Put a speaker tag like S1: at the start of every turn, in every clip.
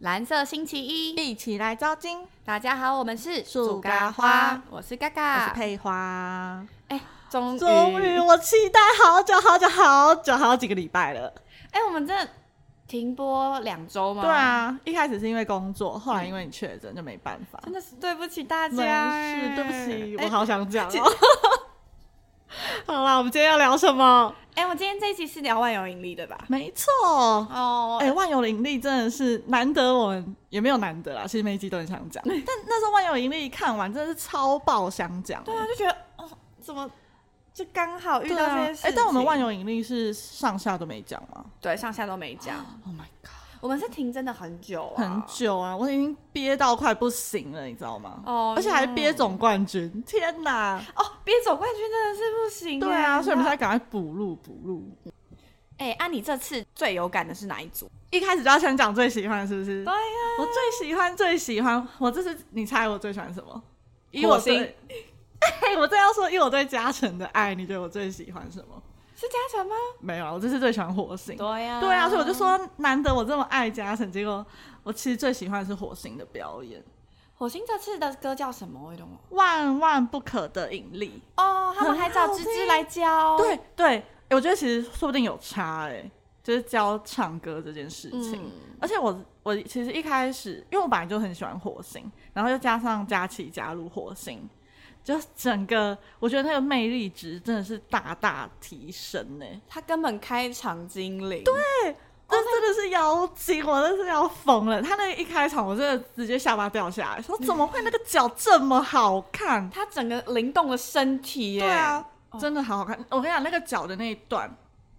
S1: 蓝色星期一，
S2: 一起来招金，
S1: 大家好，我们是
S2: 树咖花
S1: 我是嘎
S2: 我是
S1: 嘎，
S2: 佩花。
S1: 哎，终于，
S2: 啊终于，我期待好久好久好久好几个礼拜了。
S1: 哎，我们真的停播两周吗？
S2: 对，啊，一开始是因为工作，后来因为你确诊就没办法。
S1: 真的是对不起大
S2: 没
S1: 家，哎
S2: 事，对不起，我
S1: 哎
S2: 好想讲哦。 好啦，我们今天要聊什么？
S1: 哎，我今天这一期是聊万有引力的吧？
S2: 没错，
S1: 哦
S2: 哎、，万有引力真的是难得，我们也没有难得啦，其实每一集都很想讲。但那时候万有引力看完真的是超爆想讲、
S1: 对啊，就觉得哦，怎么就刚好遇
S2: 对
S1: 到
S2: 啊，
S1: 这
S2: 哎、
S1: 些事情？
S2: 但我们万有引力是上下都没讲吗
S1: 对上下都没讲，
S2: ？Oh my god，
S1: 我们是停真的很久啊，
S2: 很久啊，我已经憋到快不行了，你知道吗？
S1: 哦
S2: 而且还憋总冠军，天哪！
S1: 哦，憋走冠军真的是不行，
S2: 对啊，所以我们
S1: 才
S2: 才赶快补录补录。
S1: 哎，啊，你这次最有感的是哪一组？
S2: 一开始就要先讲最喜欢的是不是？
S1: 对呀，
S2: 我最喜欢最喜欢，我这是你猜我最喜欢什么？以
S1: 火
S2: 我对
S1: 星，
S2: 哎、我这要说以我对嘉诚的爱，你觉得我最喜欢什么？
S1: 是嘉诚吗？
S2: 没有啊，我这是最喜欢火星。
S1: 对呀
S2: 对啊，所以我就说，难得我这么爱嘉诚，结果我其实最喜欢的是火星的表演，
S1: 火星这次的歌叫什么？我也懂了。
S2: 万万不可的引力。
S1: 哦，他们还找芝芝来教。
S2: 对对、欸我觉得其实说不定有差哎、就是教唱歌这件事情。
S1: 嗯
S2: 而且我我其实一开始，因为我本来就很喜欢火星，然后又加上佳琪加入火星，就整个我觉得那个魅力值真的是大大提升呢、
S1: 他根本开场精灵。对，
S2: 这真的是妖精，我真是要疯了！他那个一开场，我真的直接下巴掉下来，说
S1: 嗯
S2: 怎么会那个脚这么好看？
S1: 他整个灵动的身体耶。
S2: 对啊，
S1: 哦
S2: 真的好好看。我跟你讲，那个脚的那一段，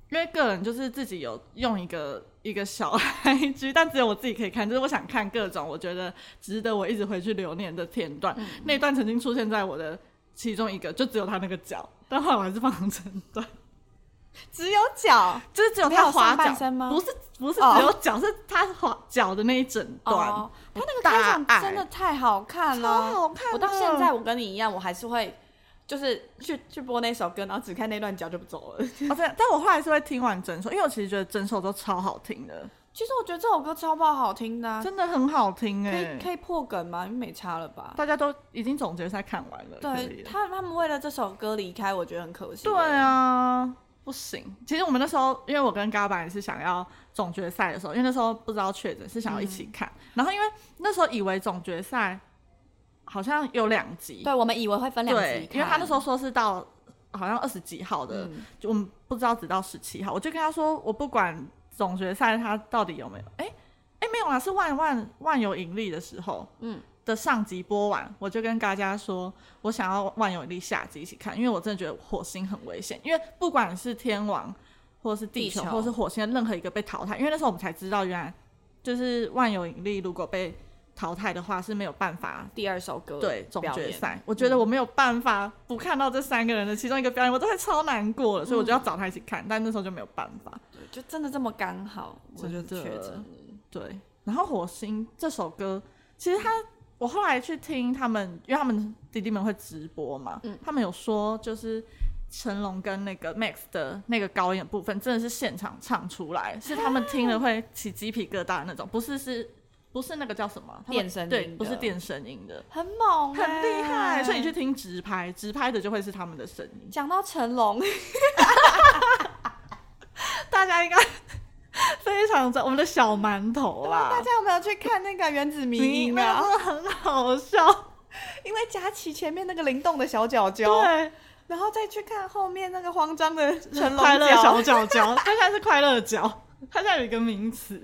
S2: 因为个人就是自己有用一个一个小 IG，但只有我自己可以看，就是我想看各种我觉得值得我一直回去留念的片段。
S1: 嗯
S2: 那一段曾经出现在我的其中一个，就只有他那个脚，但后来我还是放成段。
S1: 只有脚。
S2: 就是只有
S1: 没有
S2: 他
S1: 上
S2: 滑
S1: 半
S2: 脚
S1: 身吗
S2: 不是不是
S1: 哦
S2: 只有脚是他滑脚的那一整段，
S1: 哦，他那个
S2: 大
S1: 开场
S2: 爱
S1: 真的太好
S2: 超
S1: 看了。
S2: 好看的。
S1: 我到现在，我跟你一样，我还是会就是去去播那首歌，然后只看那段脚就不走了。
S2: 哦，对，但我后来是会听完整首，因为我其实觉得整首都超好听的，
S1: 其实我觉得这首歌超爆好听的啊、
S2: 真的很好听
S1: 可
S2: 哎
S1: 以。可以破梗吗？没差了吧？
S2: 大家都已经总决赛看完了，可以
S1: 对
S2: 了
S1: 他他们为了这首歌离开，我觉得很可惜。
S2: 对，啊，不行。其实我们那时候，因为我跟嘎巴也是想要总决赛的时候，因为那时候不知道确诊，是想要一
S1: 嗯
S2: 起看。然后因为那时候以为总决赛好像有两集，
S1: 对我们以为会分两集
S2: 对，
S1: 看，
S2: 因为他那时候说是到好像二十几号的，
S1: 嗯
S2: 就我们不知道只到十七号，我就跟他说，我不管总决赛他到底有没有，哎、哎、没有啦，是万万万有引力的时候，
S1: 嗯
S2: 嗯。的上集播完，我就跟大家说，我想要万有引力下集一起看，因为我真的觉得火星很危险，因为不管是天王，或是地球，
S1: 地球
S2: 或是火星的任何一个被淘汰，因为那时候我们才知道，原来就是万有引力如果被淘汰的话是没有办法
S1: 第二首歌
S2: 对总
S1: 呃表
S2: 决
S1: 演嗯
S2: 赛，我觉得我没有办法不看到这三个人的其中一个表演，我都会超难过了，所以我就要
S1: 嗯
S2: 找他一起看，但那时候就没有办法。
S1: 对就真的这么刚好，我就
S2: 真的
S1: 确诊了。
S2: 对，然后《火星》这首歌，其实他我后来去听他们，因为他们弟弟们会直播嘛，
S1: 嗯
S2: 他们有说就是成龙跟那个 Max 的那个高音的部分，真的是现场唱出来，是他们听了
S1: 啊
S2: 会起鸡皮疙瘩的那种，不是是不是那个叫什么他们
S1: 电声
S2: 对，
S1: 音
S2: 不是
S1: 的
S2: 电声音的。
S1: 很猛、欸
S2: 很厉害，所以你去。听直拍，直拍的就会是他们的声音。
S1: 讲到成龙，
S2: 大家应该 非常在我们的小馒头
S1: 大
S2: 啦，
S1: 家有没有去看那个《原子迷
S2: 你
S1: 音》
S2: 那
S1: 啊？
S2: 个真的很好 笑。
S1: 因为佳琪前面那个灵动的小脚脚，
S2: 对，
S1: 然后再去看后面那个慌张的成龙
S2: 快乐
S1: 脚
S2: 小脚脚，它现在是快乐脚，它现在有一个名词，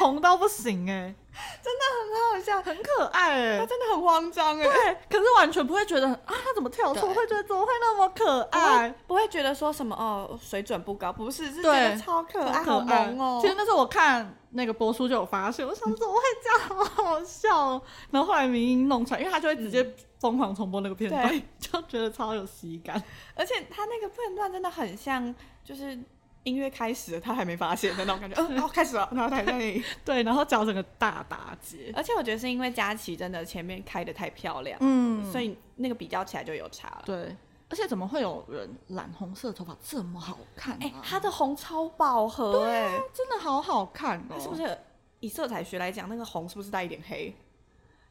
S2: 红到不行哎、
S1: 很好笑，很可
S2: 可爱哎、
S1: 他真的很慌张哎、
S2: 对，可是完全不会觉得啊，他怎么跳错？
S1: 对
S2: 会觉得怎么会那么可
S1: 不会
S2: 爱？
S1: 不会觉得说什么哦水准不高，不是是觉
S2: 对
S1: 得超可爱，
S2: 好
S1: 好
S2: 可爱
S1: 萌哦。
S2: 其实那时候我看那个播出就有发现，我想说怎么会这样，好好笑哦。然后后来明英弄出来，因为他就会直接疯狂重播那个片段，
S1: 对
S2: 就觉得超有喜感。
S1: 而且他那个片段真的很像，就是音乐开始了，他还没发现的那种感觉。嗯， 哦，开始了，然后他还在那里。
S2: 对，然后脚整个大打结。
S1: 而且我觉得是因为佳琪真的前面开的太漂亮，
S2: 嗯
S1: 所以那个比较起来就有差了。
S2: 对，而且怎么会有人染红色的头发这么好看、啊？啊
S1: 哎、她的红超饱和哎、
S2: 真的好好看哦！
S1: 她是不是以色彩学来讲，那个红是不是带一点黑？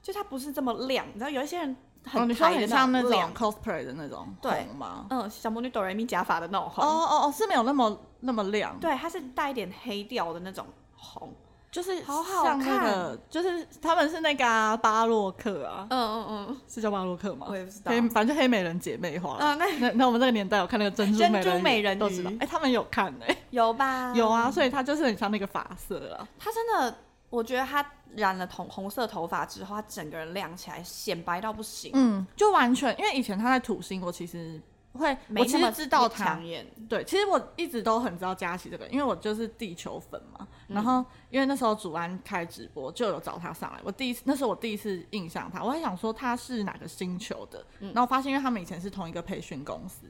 S1: 就它不是这么亮，你知道有一些人
S2: 哦，
S1: 很
S2: 你说
S1: 台的
S2: 很像那
S1: 那
S2: 种
S1: 亮，
S2: cosplay 的那种
S1: 对
S2: 红吗？
S1: 嗯，小魔女哆来咪假发的那种
S2: 哦
S1: 红，
S2: 哦哦，是没有那么那么亮，
S1: 对，它是带一点黑调的那种红，
S2: 就是
S1: 好好
S2: 像那个，就是他们是那个啊、巴洛克啊
S1: 嗯，嗯嗯，
S2: 是叫巴洛克吗？
S1: 我也不知道
S2: 黑，，反正就黑美人姐妹花啦。
S1: 嗯，那
S2: 那那我们这个年代有看那个珍珠珍
S1: 珠
S2: 珠
S1: 美
S2: 美
S1: 人
S2: 人都知道
S1: 鱼，嗯
S2: 哎，他们有看哎，
S1: 有吧？
S2: 有啊，所以它就是很像那个发色啊。
S1: 他真的，我觉得他染了红红色头发之后，他整个人亮起来，显白到不行，
S2: 嗯，就完全因为以前他在土星，我其实会，
S1: 没
S2: 我其
S1: 那
S2: 实
S1: 么
S2: 知道他
S1: 抢，眼。
S2: 对，其实我一直都很知道佳琪这个人，因为我就是地球粉嘛。
S1: 嗯
S2: 然后因为那时候祖安开直播就有找他上来，我第一次那是我第一次印象他，我还想说他是哪个星球的，
S1: 嗯
S2: 然后发现因为他们以前是同一个培训公司，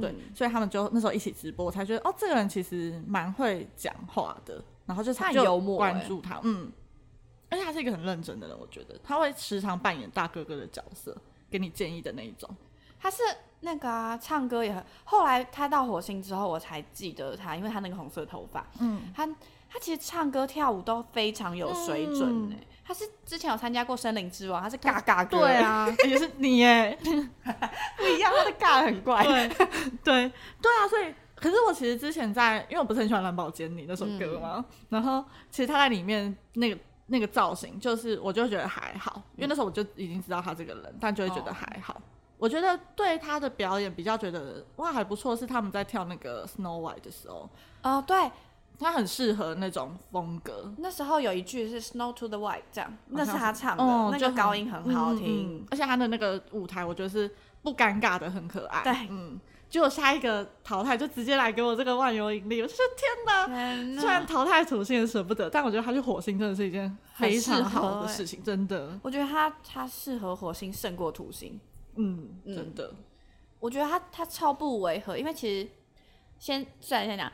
S2: 对，所以他们就那时候一起直播，我才觉得哦，这个人其实蛮会讲话的，然后就
S1: 他很
S2: 就
S1: 幽默
S2: 关
S1: 欸
S2: 注他，嗯，而且他是一个很认真的人，我觉得他会时常扮演大哥哥的角色，给你建议的那一种。
S1: 他是那个啊，唱歌也很。后来他到火星之后，我才记得他，因为他那个红色头发，
S2: 嗯，
S1: 他他其实唱歌跳舞都非常有水准呢、他是之前有参加过《森林之王》，他是嘎嘎哥，
S2: 对，啊， 也是你耶，
S1: 不一样，他的嘎很怪。
S2: 对 对对啊，所以可是我其实之前在，因为我不是很喜欢《蓝宝坚尼》那首歌嘛，然后其实他在里面那个那个造型，就是我就觉得还好，因为那时候我就已经知道他这个人，但就会觉得
S1: 哦
S2: 还好。我觉得对他的表演比较觉得哇还不错，是他们在跳那个 Snow White 的时候，
S1: 哦，对，
S2: 他很适合那种风格，
S1: 那时候有一句是 “Snow to the White” 这样，那是他唱的，
S2: 哦
S1: 那
S2: 就
S1: 个
S2: 很
S1: 高音很
S2: 嗯
S1: 好
S2: 嗯
S1: 听
S2: 嗯。而且他的那个舞台，我觉得是不尴尬的，很可爱。
S1: 对
S2: 嗯，结果下一个淘汰就直接来给我这个万有引力，我就觉得天哪！
S1: 嗯天哪
S2: 虽然淘汰土星也舍不得，但我觉得他去火星真的是一件非常好
S1: 欸
S2: 的事情，真的，
S1: 我觉得他他适合火星胜过土星，
S2: 嗯，
S1: 嗯
S2: 真的，
S1: 我觉得他他超不违和，因为其实先虽然先讲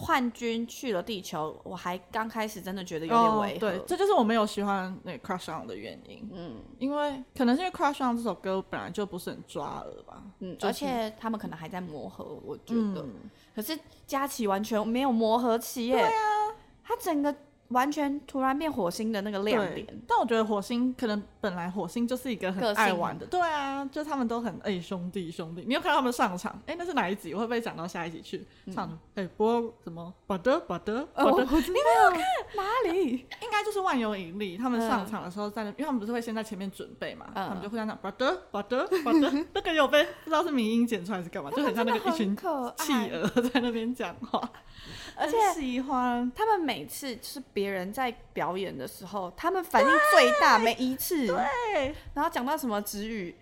S1: 幻君去了地球，我还刚开始真的觉得有点违和，
S2: 哦对，这就是我没有喜欢那个 Crush On 的原因，嗯，因为可能是因为 Crush On 这首歌本来就不是很抓耳吧，
S1: 嗯，
S2: 就是
S1: 而且他们可能还在磨合，我觉得。
S2: 嗯
S1: 可是佳琪完全没有磨合期耶，对啊，他整个完全突然变火星的那个亮
S2: 对
S1: 点，。
S2: 但我觉得火星可能本来火星就是一个很
S1: 个性
S2: 爱玩的，对啊，就他们都很哎、兄弟兄弟。你有看到他们上场？哎、那是哪一集？我会不会讲到下一集去
S1: 嗯
S2: 唱？哎、播什么？啊巴德巴德巴德，
S1: 你没有看哪里？
S2: 应该就是万有引力。他们上场的时候在那，因为他们不是会先在前面准备嘛，
S1: 嗯
S2: 他们就互相讲巴德巴德巴德，那个有被不知道是民音剪出来是干嘛，就很像那个一群
S1: 他们
S2: 企
S1: 真的很可爱。
S2: 鹅在那边讲话，
S1: 而且
S2: 很喜欢。
S1: 他们每次就是别人在表演的时候，他们反应最大，每一次。
S2: 对，
S1: 然后讲到什么子语，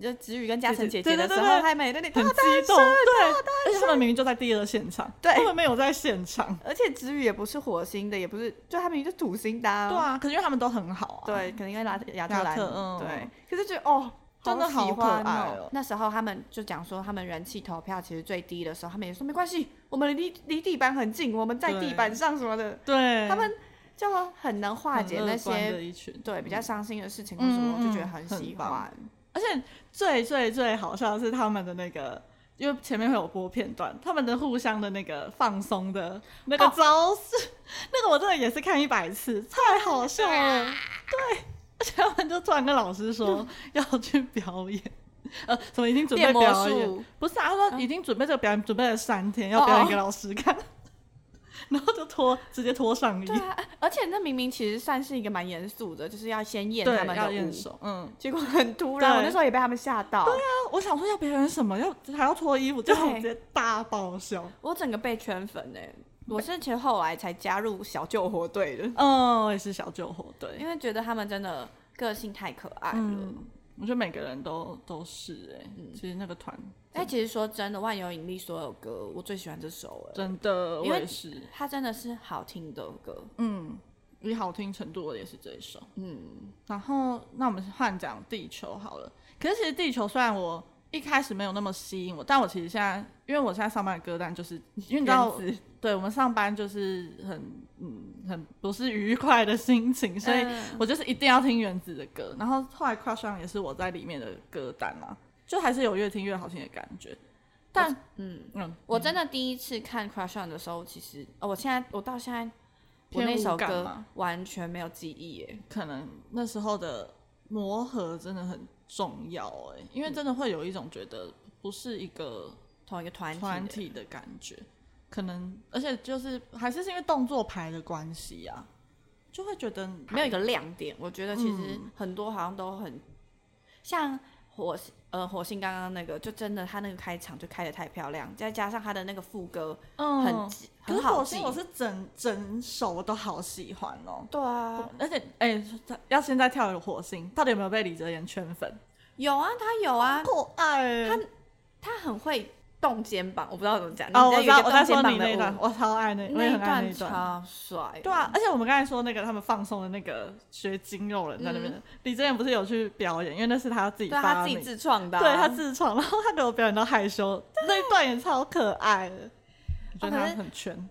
S1: 就子语跟嘉诚姐姐
S2: 对
S1: 的
S2: 对
S1: 时
S2: 对
S1: 候，
S2: 对
S1: 他们也在那里
S2: 很
S1: 大
S2: 激
S1: 大
S2: 动，
S1: 声。
S2: 对，而且他们明明就在第二现场，
S1: 对
S2: 他们没有在现场，
S1: 而且子语也不是火星的，也不是，就他们就土星的、
S2: 对啊，可是因为他们都很好啊，，
S1: 对，可能因为拉亚特
S2: 亚
S1: 兰，
S2: 特嗯
S1: 对，可是觉得哦。
S2: 真的
S1: 好喜
S2: 好可
S1: 欢
S2: 爱
S1: 哦
S2: 哦！
S1: 那时候他们就讲说，他们人气投票其实最低的时候，他们也说没关系，我们离离地板很近，我们在地
S2: 对
S1: 板上什么的，
S2: 对，
S1: 他们就很能化
S2: 很
S1: 解
S2: 乐
S1: 那
S2: 观
S1: 些
S2: 的一群，
S1: 对比较伤心的事情或
S2: 嗯
S1: 什么，我就
S2: 嗯
S1: 觉得
S2: 嗯
S1: 很
S2: 很
S1: 喜
S2: 棒
S1: 欢。
S2: 而且最最最好笑的是他们的那个。因为前面会有播片段，他们的互相的那个放松的那个
S1: 哦
S2: 招式， 那个我真的也是看一百次，太好 啊笑了。
S1: 啊
S2: 对，而且他们就突然跟老师说要去表演， 呃，什么已经准备
S1: 变魔
S2: 表演，
S1: 术嗯哦
S2: 不是啊，他说已经准备这个表演，准备了三天，要表演给老师看， 然后就脱直接脱上衣
S1: 对，啊，而且那明明其实算是一个蛮严肃的，就是要先验他
S2: 对，
S1: 们
S2: 要
S1: 的
S2: 验
S1: 舞，
S2: 手。嗯，
S1: 结果很突然，我那
S2: 对
S1: 时候也被他们吓到，对啊，
S2: 那我想说要表演什么，要还要脱衣服，
S1: 对
S2: 就直接大爆笑。
S1: 我整个被圈粉哎、我是其实后来才加入小救火队的，
S2: 嗯，我也是小救火队，
S1: 因为觉得他们真的个性太可爱了。
S2: 嗯，我觉得每个人都都是哎、
S1: 嗯
S2: 其实那个团
S1: 但其实说真的，万有引力所有歌，我最喜欢这首哎、
S2: 真的我
S1: 因为
S2: 也是，
S1: 它真的是好听的歌。
S2: 嗯，以好听程度我也是这一首。
S1: 嗯，
S2: 然后，那我们换讲地球好了。可是其实地球虽然我一开始没有那么吸引我，但我其实现在，因为我现在上班的歌单就是，因为你知道，
S1: 原子
S2: 对我们上班就是很嗯很不是愉快的心情，所以
S1: 嗯
S2: 我就是一定要听原子的歌。然后后来 Crush on 也是我在里面的歌单嘛，就还是有越听越好听的感觉。但
S1: 嗯，
S2: 嗯，
S1: 我真的第一次看《Crush On》的时候，其实、哦、我现在我到现在我
S2: 偏
S1: 那
S2: 无
S1: 首
S2: 感
S1: 歌
S2: 吗
S1: 完全没有记忆耶。
S2: 可能那时候的磨合真的很重要哎、因
S1: 嗯
S2: 为真的会有一种觉得不是一个
S1: 同一个团体的
S2: 团体的感觉，可能而且就是还是是因为动作牌的关系啊，就会觉得
S1: 没有一个亮点，我觉得其实很多好像都很、像火星呃火星刚刚那个，就真的他那个开场就开的太漂亮，再加上他的那个副歌
S2: 嗯
S1: 很、记
S2: 可是
S1: 很好
S2: 火
S1: 记
S2: 星，我是整整首都好喜欢哦。
S1: 对啊，
S2: 而且，哎、要现在跳火星，到底有没有被李哲言圈粉？
S1: 有啊，他有啊，
S2: 可爱、欸！
S1: 他很会动肩膀，我不知道怎么讲。
S2: 哦，我
S1: 你知
S2: 知道，
S1: 道有一个
S2: 我在
S1: 动
S2: 说
S1: 肩
S2: 你
S1: 膀
S2: 那一
S1: 的
S2: 段
S1: 舞，，
S2: 我超爱那，我也很爱那
S1: 段
S2: 一段。
S1: 超帅。
S2: 对啊，，而且我们刚才说那个他们放松的那个学筋肉人在那边，李真言不是有去表演，因为那是他自己
S1: 对啊
S2: 发
S1: 他
S2: 明，
S1: 自己自创的啊、
S2: 对他自创，然后他给我表演到害羞，那一段也超可爱的，我觉得
S1: 哦
S2: 他
S1: 可是
S2: 很全，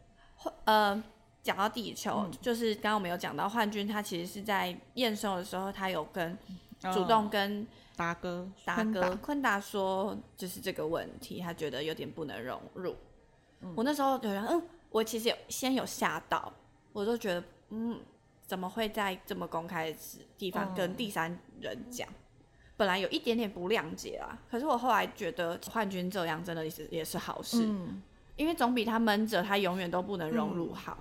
S1: 呃，讲到地球，就是刚刚我们有讲到幻君，他其实是在验收的时候，他有跟主
S2: 哦
S1: 动跟
S2: 达哥，
S1: 达哥昆达说，就是这个问题，他觉得有点不能融入。我那时候有人，嗯，我其实有先有吓到，我就觉得，嗯，怎么会在这么公开的地方跟第三人讲？本来有一点点不谅解啦，可是我后来觉得幻君这样真的也是也是好事，
S2: 嗯，
S1: 因为总比他闷着，他永远都不能融入好。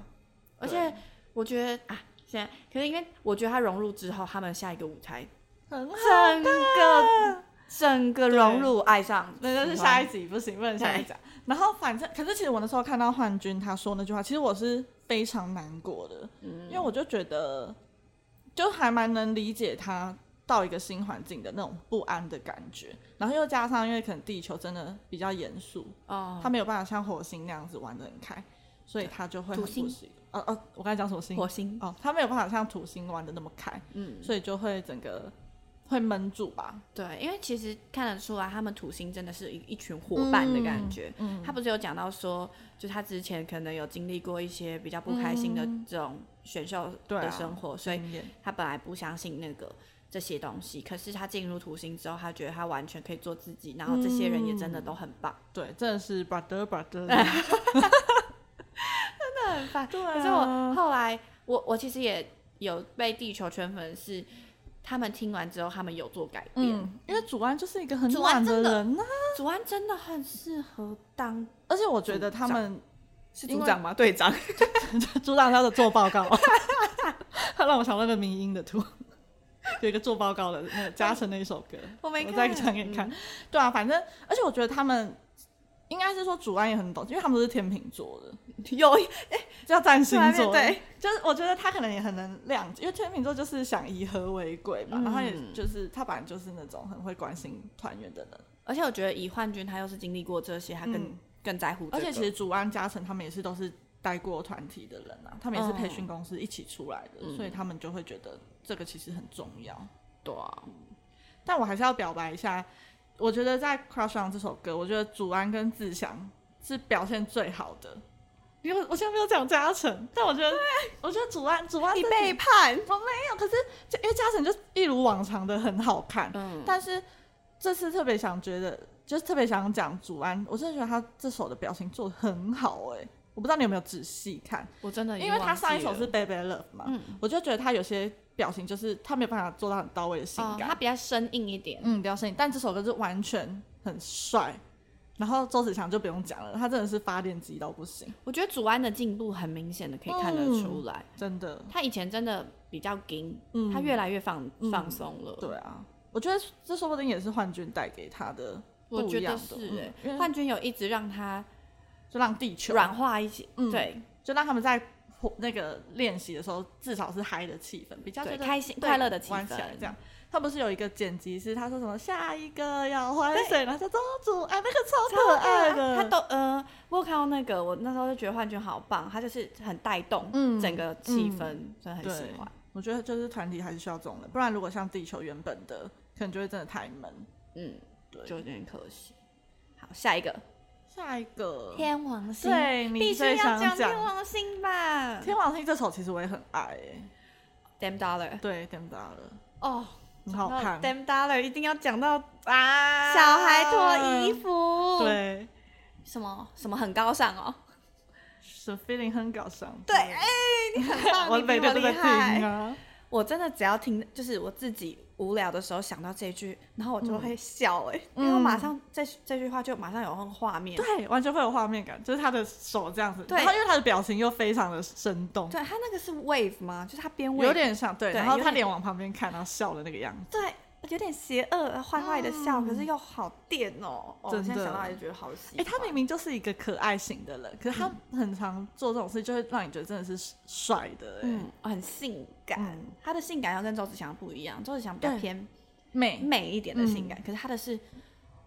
S1: 而且我觉得啊，现在可是因为我觉得他融入之后，他们下一个舞台
S2: 很好，啊
S1: 整个整个融入爱上，
S2: 那就是下一集不行，不能下一集。然后反正，可是其实我那时候看到幻君他说那句话，其实我是非常难过的，
S1: 嗯
S2: 因为我就觉得，就还蛮能理解他到一个新环境的那种不安的感觉。然后又加上，因为可能地球真的比较严肃，
S1: 哦，
S2: 他没有办法像火星那样子玩的很开，所以他就会很
S1: 土星
S2: 不适应。哦哦，我刚才讲什么星？
S1: 火星，
S2: 哦，他没有办法像土星玩的那么开，
S1: 嗯，
S2: 所以就会整个会闷住吧。
S1: 对，因为其实看得出来，他们土星真的是一一群伙伴的感觉。
S2: 嗯
S1: 他不是有讲到说，就他之前可能有经历过一些比较不开心的这种选秀
S2: 嗯对啊
S1: 的生活，所以
S2: 经验
S1: 他本来不相信那个这些东西，可是他进入土星之后，他觉得他完全可以做自己，然后这些人也真的都很棒，
S2: 对，真的是 brother brother。
S1: 真的很棒。
S2: 对
S1: 可是我后来，我我其实也有被地球圈粉是，他们听完之后，他们有做改变。
S2: 嗯，因为祖安就是一个很
S1: 祖安
S2: 暖的
S1: 真的
S2: 人呐、啊
S1: 祖安真的很适合当
S2: 而且我觉得他们
S1: 是
S2: 组长
S1: 吗？队长
S2: 组长他的做报告，他让我想到那个民音的图，有一个做报告的那个嘉诚的一首歌，
S1: 我没
S2: 我
S1: 看
S2: 再讲给你看。对啊，反正而且我觉得他们应该是说祖安也很懂，因为他们都是天秤座的，
S1: 嗯有
S2: 叫占星
S1: 对
S2: 座，
S1: 对，
S2: 就是我觉得他可能也很能谅解，因为天秤座就是想以和为贵嘛，然后也
S1: 嗯
S2: 就是他本来就是那种很会关心团员的人。
S1: 而且我觉得以幻君他又是经历过这些，他更、
S2: 嗯
S1: 更在乎、这
S2: 而
S1: 个
S2: 且其实祖安、嘉诚他们也是都是待过团体的人啊，他们
S1: 嗯
S2: 也是培训公司一起出来的，所以他们就会觉得这个其实很重要。
S1: 对啊，
S2: 但我还是要表白一下，我觉得在《Crush on》这首歌，我觉得祖安跟志祥是表现最好的。因为我现在没有讲嘉诚，但我觉得，我觉得祖安祖安
S1: 你
S2: 这
S1: 背叛，
S2: 我没有，可是就因为嘉诚就一如往常的很好看，
S1: 嗯，
S2: 但是这次特别想觉得，就是特别想讲祖安，我真的觉得他这首的表情做的很好哎、我不知道你有没有仔细看，
S1: 我真的已经
S2: 因为他
S1: 嗯忘记
S2: 上一首
S1: 了嗯
S2: 是《Baby Love》嘛，我就觉得他有些表情就是他没有办法做到很到位的性
S1: 哦，
S2: 感，
S1: 他比较生硬一点，
S2: 嗯，比较生硬，但这首歌是完全很帅。然后周子强就不用讲了，他真的是发电机到不行，
S1: 我觉得祖安的进步很明显的可以看得出来，
S2: 真的。
S1: 他以前真的比较硬，
S2: 嗯
S1: 他越来越放、
S2: 嗯
S1: 放松了，
S2: 对啊，我觉得这说不定也是幻君带给他的不
S1: 我觉
S2: 一样
S1: 得
S2: 的，
S1: 是哎、
S2: 嗯因为
S1: 幻君有一直让他
S2: 就让地球
S1: 软化一些，
S2: 嗯
S1: 对
S2: 就让他们在活那个练习的时候，至少是嗨的气氛，比较
S1: 对，啊
S2: 觉得
S1: 开心
S2: 对
S1: 快乐的气
S2: 玩起来
S1: 氛
S2: 这，样。他不是有一个剪辑师，他说什么下一个要换水，然后就周主啊，那个超可爱的，
S1: 他都呃，我有看到那个，我那时候就觉得幻君好棒，他就是很带动
S2: 嗯
S1: 整个气氛，真的很
S2: 对
S1: 喜欢。。
S2: 我觉得就是团体还是需要这种人，不然如果像地球原本的，可能就会真的太闷。
S1: 嗯，
S2: 对
S1: 就有点可惜。好，下一个
S2: 下一个，
S1: 天王星，
S2: 对你
S1: 必须
S2: 最
S1: 要
S2: 想
S1: 讲
S2: 讲
S1: 天王星吧
S2: 天王星这首其实我也很爱诶、
S1: ？Damn Dollar，
S2: 对，点大了，
S1: 哦，
S2: 很好看。
S1: Damn Dollar 一定要讲到
S2: 啊
S1: 小孩脱衣，服，，
S2: 对，
S1: 什么什么很高尚哦，
S2: 是 feeling 很搞笑。
S1: 对，哎，你很棒，
S2: 嗯 我
S1: 你比
S2: 每天
S1: 我
S2: 都
S1: 厉
S2: 在
S1: 害
S2: 听。啊。
S1: 我真的只要听，就是我自己无聊的时候想到这一句，然后我
S2: 嗯
S1: 就会笑哎、因为我马上这这句话就马上有那个画面。
S2: 对，完全会有画面感，就是他的手这样子，
S1: 对
S2: 然后因为他的表情又非常的生动，
S1: 对，他那个是 wave 吗？就是他边 wave，
S2: 有点像对，
S1: 对
S2: 然后
S1: 有
S2: 他
S1: 点
S2: 脸往旁边看，然后笑的那个样子，
S1: 对，有点邪恶、坏坏的笑，
S2: 嗯
S1: 可是又好电哦。哦，我
S2: 真的
S1: 现在想到也觉得好喜
S2: 哎、
S1: 欢。
S2: 他明明就是一个可爱型的人，可是他
S1: 嗯
S2: 很常做这种事，就会让你觉得真的是帅的、哎、
S1: 嗯，很性感，
S2: 嗯
S1: 他的性感要跟周子祥不一样，周子祥比较
S2: 对嗯
S1: 偏
S2: 美，
S1: 美一点的性感，可是他的是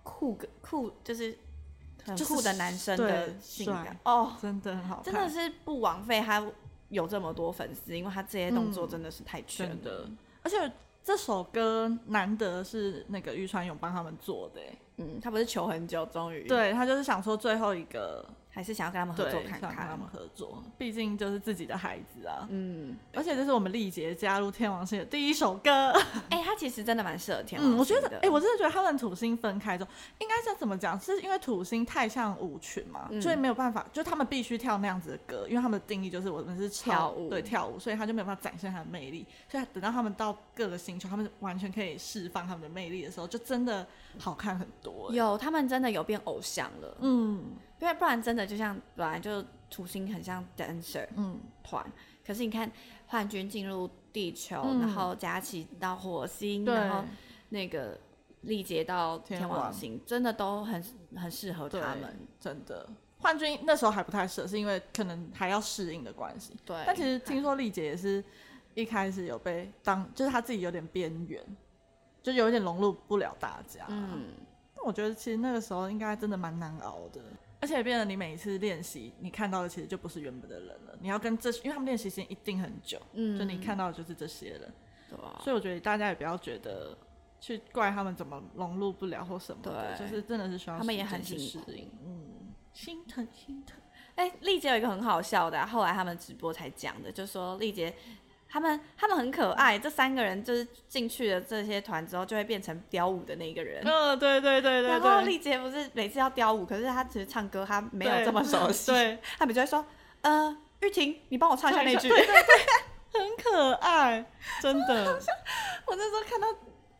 S1: 酷个酷，就是很
S2: 就是
S1: 酷的男生的
S2: 对
S1: 性
S2: 帅
S1: 感哦，
S2: 真的很好看，
S1: 真的是不枉费他有这么多粉丝，因为他这些动作真的是太全
S2: 真
S1: 了
S2: 的。，而且这首歌难得是那个玉川勇帮他们做的、哎
S1: 嗯，他不是求很久，终于，
S2: 对他就是想说最后一个
S1: 还是想要跟他们合
S2: 对
S1: 作看
S2: 想跟他
S1: 看
S2: 们。合作，毕竟就是自己的孩子啊，
S1: 嗯，
S2: 而且这是我们丽姐加入天王星的第一首歌。
S1: 哎、他其实真的蛮适合天王
S2: 嗯，我觉得
S1: 星，的
S2: 哎、我真的觉得他们土星分开之后，应该是怎么讲？是因为土星太像舞曲嘛，所以
S1: 嗯
S2: 没有办法，就他们必须跳那样子的歌，因为他们的定义就是我们是
S1: 跳舞
S2: 对跳舞，所以他就没有办法展现他的魅力。所以等到他们到各个星球，他们完全可以释放他们的魅力的时候，就真的好看很多、哎
S1: 有他们真的有变偶像了，
S2: 嗯
S1: 因为不然真的就像本来就土星很像 dancer，
S2: 嗯，
S1: 团，可是你看幻军进入地球，
S2: 嗯
S1: 然后佳琪到火星，
S2: 对
S1: 然后那个历劫到
S2: 天
S1: 天王
S2: 王
S1: 星，真的都很很适合
S2: 对
S1: 他们。
S2: 真的。幻君那时候还不太适合，是因为可能还要适应的关系。
S1: 对，
S2: 但其实听说丽姐也是一开始有被当，就是她自己有点边缘，就有点融入不了大家。嗯，
S1: 嗯，
S2: 那我觉得其实那个时候应该真的蛮难熬的，而且变得你每一次练习，你看到的其实就不是原本的人了，你要跟这，因为他们练习时间一定很久，
S1: 嗯
S2: 就你看到的就是这些人，
S1: 对啊
S2: 所以我觉得大家也不要觉得。去怪他们怎么融入不了或什么的，
S1: 对
S2: 就是真的是需要
S1: 他们也
S2: 时间
S1: 很
S2: 去
S1: 辛苦
S2: 适应，嗯，心疼心疼。
S1: 哎、丽姐有一个很好笑的啊、后来他们直播才讲的，就说丽姐。他们他们很可爱，这三个人就是进去了这些团之后，就会变成雕舞的那个人。
S2: 嗯，对对对对
S1: 然后
S2: 对，
S1: 丽姐不是每次要雕舞，可是她其实唱歌她没有
S2: 对
S1: 这 么熟悉，
S2: 对，
S1: 他们就会说，呃，玉婷，你帮我唱一下那句。
S2: 对对 对，很可爱，真 的。
S1: 我那时候看到，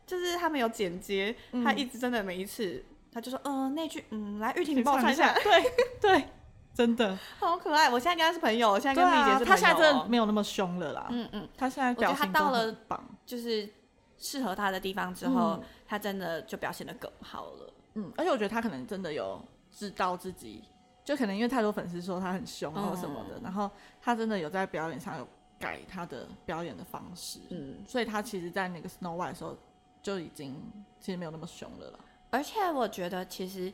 S1: 就是他们有剪接，
S2: 嗯
S1: 他一直真的每一次，他就说，嗯、呃，那句，嗯，来，玉婷，你
S2: 你
S1: 帮我唱一下，，
S2: 对对，真的。
S1: 好可爱。我现在跟他是朋友，我现在
S2: 对
S1: 跟丽姐
S2: 啊，
S1: 是朋友、哦
S2: 他现在真的，没有那么凶了啦。
S1: 嗯嗯，
S2: 他现在表情
S1: 我觉得他到了
S2: 都很棒，
S1: 就是适合他的地方之后，
S2: 嗯
S1: 他真的就表现的更好了。
S2: 嗯，而且我觉得他可能真的有知道自己，就可能因为太多粉丝说他很凶或什么的，
S1: 嗯
S2: 然后他真的有在表演上有改他的表演的方式，
S1: 嗯，
S2: 所以他其实，在那个 Snow White 的时候就已经其实没有那么凶了啦。
S1: 而且我觉得其实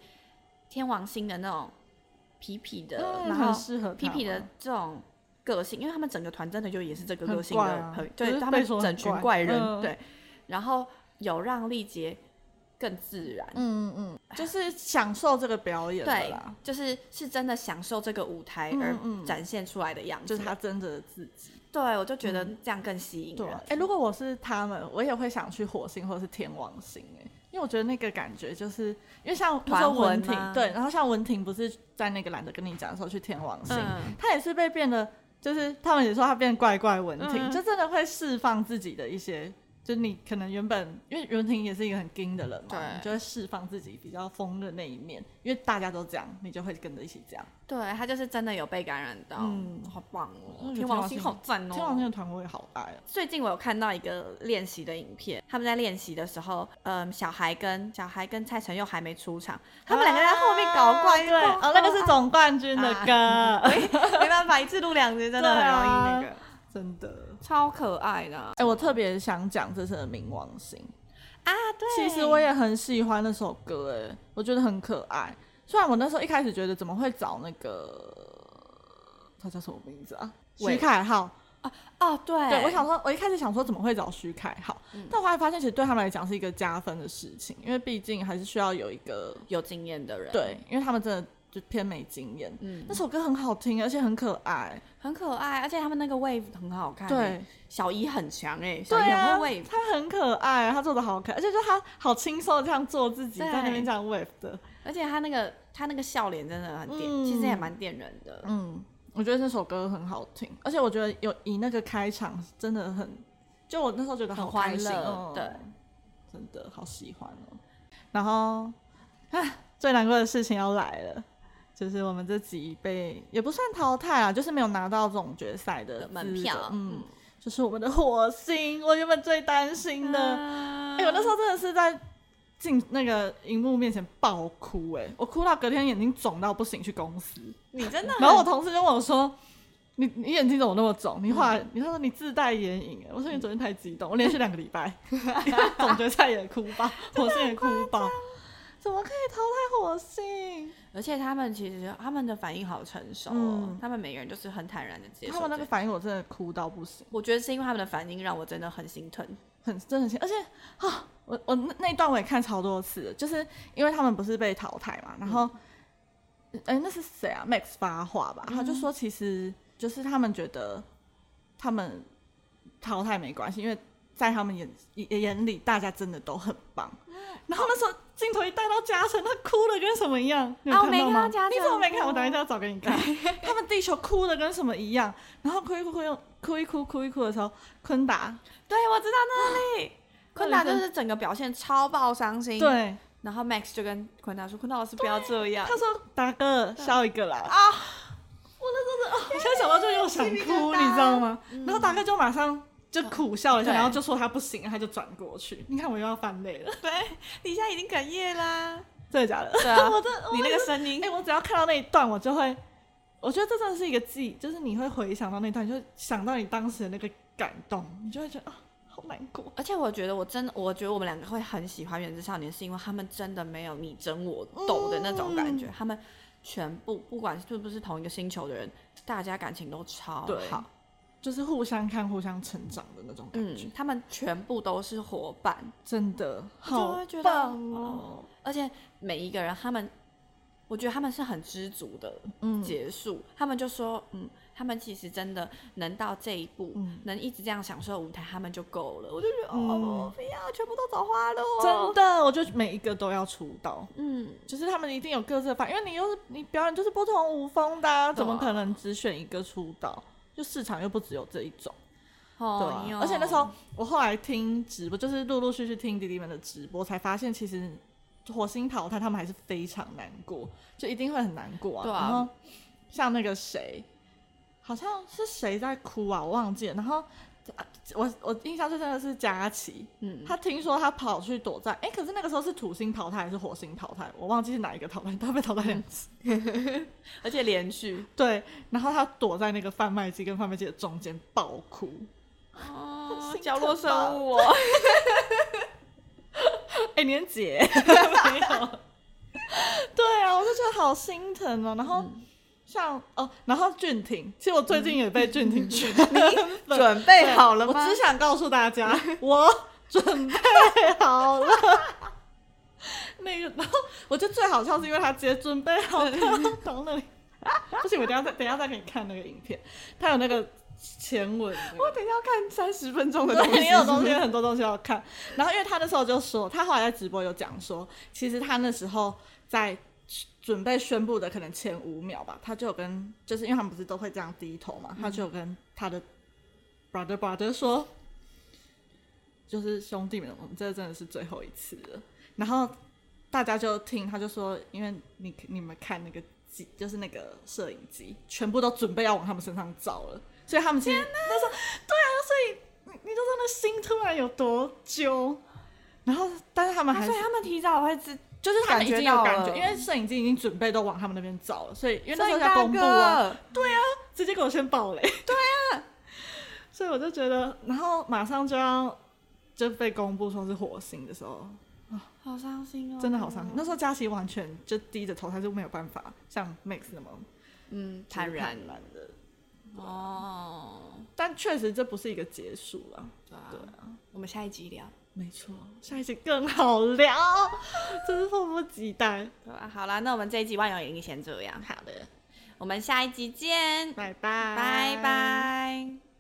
S1: 天王星的那种痞痞的，然
S2: 哎很啊
S1: 后
S2: 适合
S1: 皮
S2: 他
S1: 皮的
S2: 嘛
S1: 这种个性，因为他们整个团真的就也是这个
S2: 很
S1: 个性的，
S2: 怪啊
S1: 很
S2: 就
S1: 对
S2: 是
S1: 他
S2: 被
S1: 们
S2: 说很
S1: 整群
S2: 怪
S1: 怪人、
S2: 嗯
S1: 对，然后有让丽杰更自然，
S2: 嗯嗯嗯，就是享受这个表演了
S1: 对
S2: 啦。，
S1: 就是是真的享受这个舞台
S2: 嗯嗯
S1: 而
S2: 嗯
S1: 展现出来的样
S2: 就
S1: 子，
S2: 是他真的自己。
S1: 对我就觉得这样更吸引
S2: 对
S1: 人，
S2: 啊，哎、如果我是他们，我也会想去火星或者是天王星、哎，因为我觉得那个感觉就是，因为像
S1: 团
S2: 那时候
S1: 魂
S2: 文
S1: 吗
S2: 婷，对，然后像文婷不是在那个懒得跟你讲的时候去天王星，
S1: 嗯
S2: 他也是被变得，就是他们也说他变怪怪文婷，
S1: 嗯
S2: 就真的会释放自己的一些。就你可能原本因为文婷也是一个很硬的人嘛，
S1: 对
S2: 你就会释放自己比较疯的那一面，因为大家都这样，你就会跟着一起这样。
S1: 对他就是真的有被感染到，
S2: 嗯
S1: 好棒
S2: 我觉得
S1: 哦，天
S2: 天
S1: 王
S2: 王
S1: 星
S2: 星
S1: 好赞哦，
S2: 天王星的团我也好爱哦、
S1: 最近我有看到一个练习的影片，他们在练习的时候，嗯，小孩跟小孩跟蔡成佑还没出场，他们两个人在后面搞怪，
S2: 对，哦，啊那个是总冠军的歌，
S1: 是没办法，一次录两集真的很容易那
S2: 对
S1: 个，
S2: 真的。
S1: 啊超可爱的啊，
S2: 哎、我特别想讲这次的冥王星，
S1: 对，
S2: 其实我也很喜欢那首歌、哎，我觉得很可爱。虽然我那时候一开始觉得怎么会找那个他叫什么名字啊？
S1: 喂
S2: 徐凯浩，
S1: 哦，对，
S2: 对我嗯想说，我一开始想说怎么会找徐凯浩，但我后来发现其实对他们来讲是一个加分的事情，因为毕竟还是需要有一个
S1: 有经验的人，，
S2: 对，因为他们真的就偏没经验。
S1: 嗯
S2: 那，首歌很好听，而且很可爱。
S1: 很可爱，而且他们那个 wave 很好看，欸
S2: 对，，
S1: 小姨很强哎，小
S2: 对
S1: 姨
S2: 啊
S1: 很会 wave，
S2: 他很可爱，他做的好可爱，而且就他好轻松地这样做自己，
S1: 对
S2: 在那边这样 wave 的，
S1: 而且她那个她那个笑脸真的很电，
S2: 嗯
S1: 其实也蛮电人的，
S2: 嗯，我觉得这首歌很好听，而且我觉得有以那个开场真的很，就我那时候觉得好
S1: 很欢
S2: 开心
S1: 乐
S2: 哦，
S1: 对，
S2: 真的好喜欢哦。然后，唉，最难过的事情要来了，就是我们这集被也不算淘汰啊，就是没有拿到总决赛的
S1: 的门
S2: 资格
S1: 票
S2: 嗯，就是我们的火星，我原本最担心
S1: 嗯
S2: 的，哎、我那 时候真的是在镜那个荧幕面前爆哭、哎，我哭到隔天眼睛肿到不行，去公司。
S1: 你真的很
S2: 然后我同事就问我说：“你你眼睛怎么那么肿？你画、你他说你自带眼影。”欸我说：“你昨天太激动，我连续两个礼 拜，总决赛也哭爆，火星也哭爆，怎么可以淘汰火星？
S1: 而且他们其实他们的反应好成熟、哦，
S2: 嗯
S1: 他们每个人就是很坦然的接受。
S2: 他们那个，反应我真的哭到不行，
S1: 我觉得是因为他们的反应让我真的很心疼。
S2: 很真的很心，而且啊，我我那那一段我也看超多次的，就是因为他们不是被淘汰嘛，然后，
S1: 嗯
S2: 哎、那是谁啊？Max 发话吧，他就说其实就是他们觉得他们淘汰没关系，因为在他们眼眼眼里，大家真的都很棒。
S1: 嗯
S2: 然后那时候镜头一带到嘉诚，他哭的跟什么一样，你有
S1: 啊
S2: 看到
S1: 我没
S2: 吗？
S1: 看到嘉诚嗯
S2: 你怎么没看？我等一下要找给你看。他们地球哭的跟什么一样，然后哭一哭哭一哭一哭哭一哭的时候，昆达
S1: 对，我知道 那里，昆达就是整个表现超爆伤心。，
S2: 对
S1: 然后 Max 就跟昆达说：“昆达老师不要这样。
S2: 他说：“达哥笑一个啦。”啊，我 那时候真的，哦我现在想到就又想哭，你知道吗？然后达哥就马上就苦笑了一下，
S1: 嗯对
S2: 然后就说他不行，他就转过去。你看我又要翻 泪了，
S1: 你现在已经哽咽啦。
S2: 真的假的？
S1: 对 啊
S2: 我真的，我
S1: 你那
S2: 真
S1: 个
S2: 的
S1: 声音
S2: 哎、，我只要看到那一段，我就会，我觉得这真的是一个记忆，就是你会回想到那一段，你就想到你当时的那个感动，你就会觉得啊、好难过。
S1: 而且我觉得我真的，我觉得我们两个会很喜欢《原子少年》，是因为他们真的没有你争我斗的那种感
S2: 嗯
S1: 觉，他们全部不管是不是同一个星球的人，大家感情都超
S2: 对
S1: 哦好。
S2: 就是互相看、互相成长的那种感觉，
S1: 嗯，他们全部都是伙伴，
S2: 真的好
S1: 会觉得
S2: 棒哦！
S1: 而且每一个人他们，我觉得他们是很知足的
S2: 嗯
S1: 结束。他们就说，嗯，他们其实真的能到这一步，
S2: 嗯
S1: 能一直这样享受舞台，他们就够了。我就觉得，哦，不要，全部都走花路、
S2: 真的，我就每一个都要出道，
S1: 嗯，
S2: 就是他们一定有各自的发，因为你又是你表演就是不同舞风的、啊，怎么可能只选一个出道？就市场又不只有这一种，对、
S1: 哦
S2: 啊
S1: 哟
S2: 而且那时候我后来听直播，就是陆陆续续听弟弟们的直播，才发现其实火星淘汰他们还是非常难过，就一定会很难过啊。
S1: 对啊
S2: 然后像那个谁，好像是谁在哭啊，我忘记了。然后啊我我印象最深的是佳琪，
S1: 嗯，
S2: 他听说他跑去躲在，哎、可是那个时候是土星淘汰还是火星淘汰，我忘记是哪一个淘汰，他被淘汰两次。
S1: 而且连续，
S2: 对，然后他躲在那个贩卖机跟贩卖机的中间爆哭，
S1: 哦
S2: 心
S1: 角落
S2: 疼吧
S1: 生物、哦，
S2: 哎、你年姐没有， 对啊，我就觉得好心疼哦。然后、
S1: 嗯
S2: 像哦，然后俊廷，其实我最近也被俊廷圈粉，
S1: 嗯 准备
S2: 对
S1: 好了
S2: 我
S1: 吗
S2: 只？想告诉大 家，我准备好了。 那个，然后我觉得最好笑是因为他直接准备好了， 然后那里，不行，我等一下再等一下再给你看那个影片，他有那个前文那个，
S1: 我等一下要看三十分钟的东
S2: 对，
S1: 西，
S2: 你有东西很多东西要看。然后因为他那时候就说，他后来在直播有讲说，其实他那时候在准备宣布的可能前五秒吧，他就有跟，就是因为他们不是都会这样低头嘛，他就有跟他的 brother brother 说，就是兄弟们，我们这真的是最后一次了。然后大家就听，他就说，因为你你们看那个机，就是那个摄影机，全部都准备要往他们身上照了，所以他们其实那时候，对啊，所以你你就知道那心突然有多揪。然后，但是他们
S1: 啊
S2: 还是
S1: 所以他们提早会知，
S2: 就是他们已经有感
S1: 感觉
S2: 觉，
S1: 到了
S2: 因为摄影机已经准备都往他们那边照了，所以因为那时候
S1: 所以大
S2: 要公布啊，
S1: 哥，
S2: 直接给我先爆雷。对啊，所以我就觉得，然后马上就要就被公布说是火星的时候，
S1: 好伤心哦，
S2: 真的好伤心。那时候佳琪完全就低着头，她就没有办法像 Max 那么
S1: 嗯，坦然
S2: 坦然的，
S1: 哦，
S2: 但确实这不是一个结束了。
S1: 对
S2: 对
S1: 啊，
S2: 啊，
S1: 我们下一集聊。
S2: 没错，下一集更好聊，真是迫不及待。
S1: 对吧？好啦，那我们这一集万有引力先这样，
S2: 好的，
S1: 我们下一集见，
S2: 拜拜，
S1: 拜。拜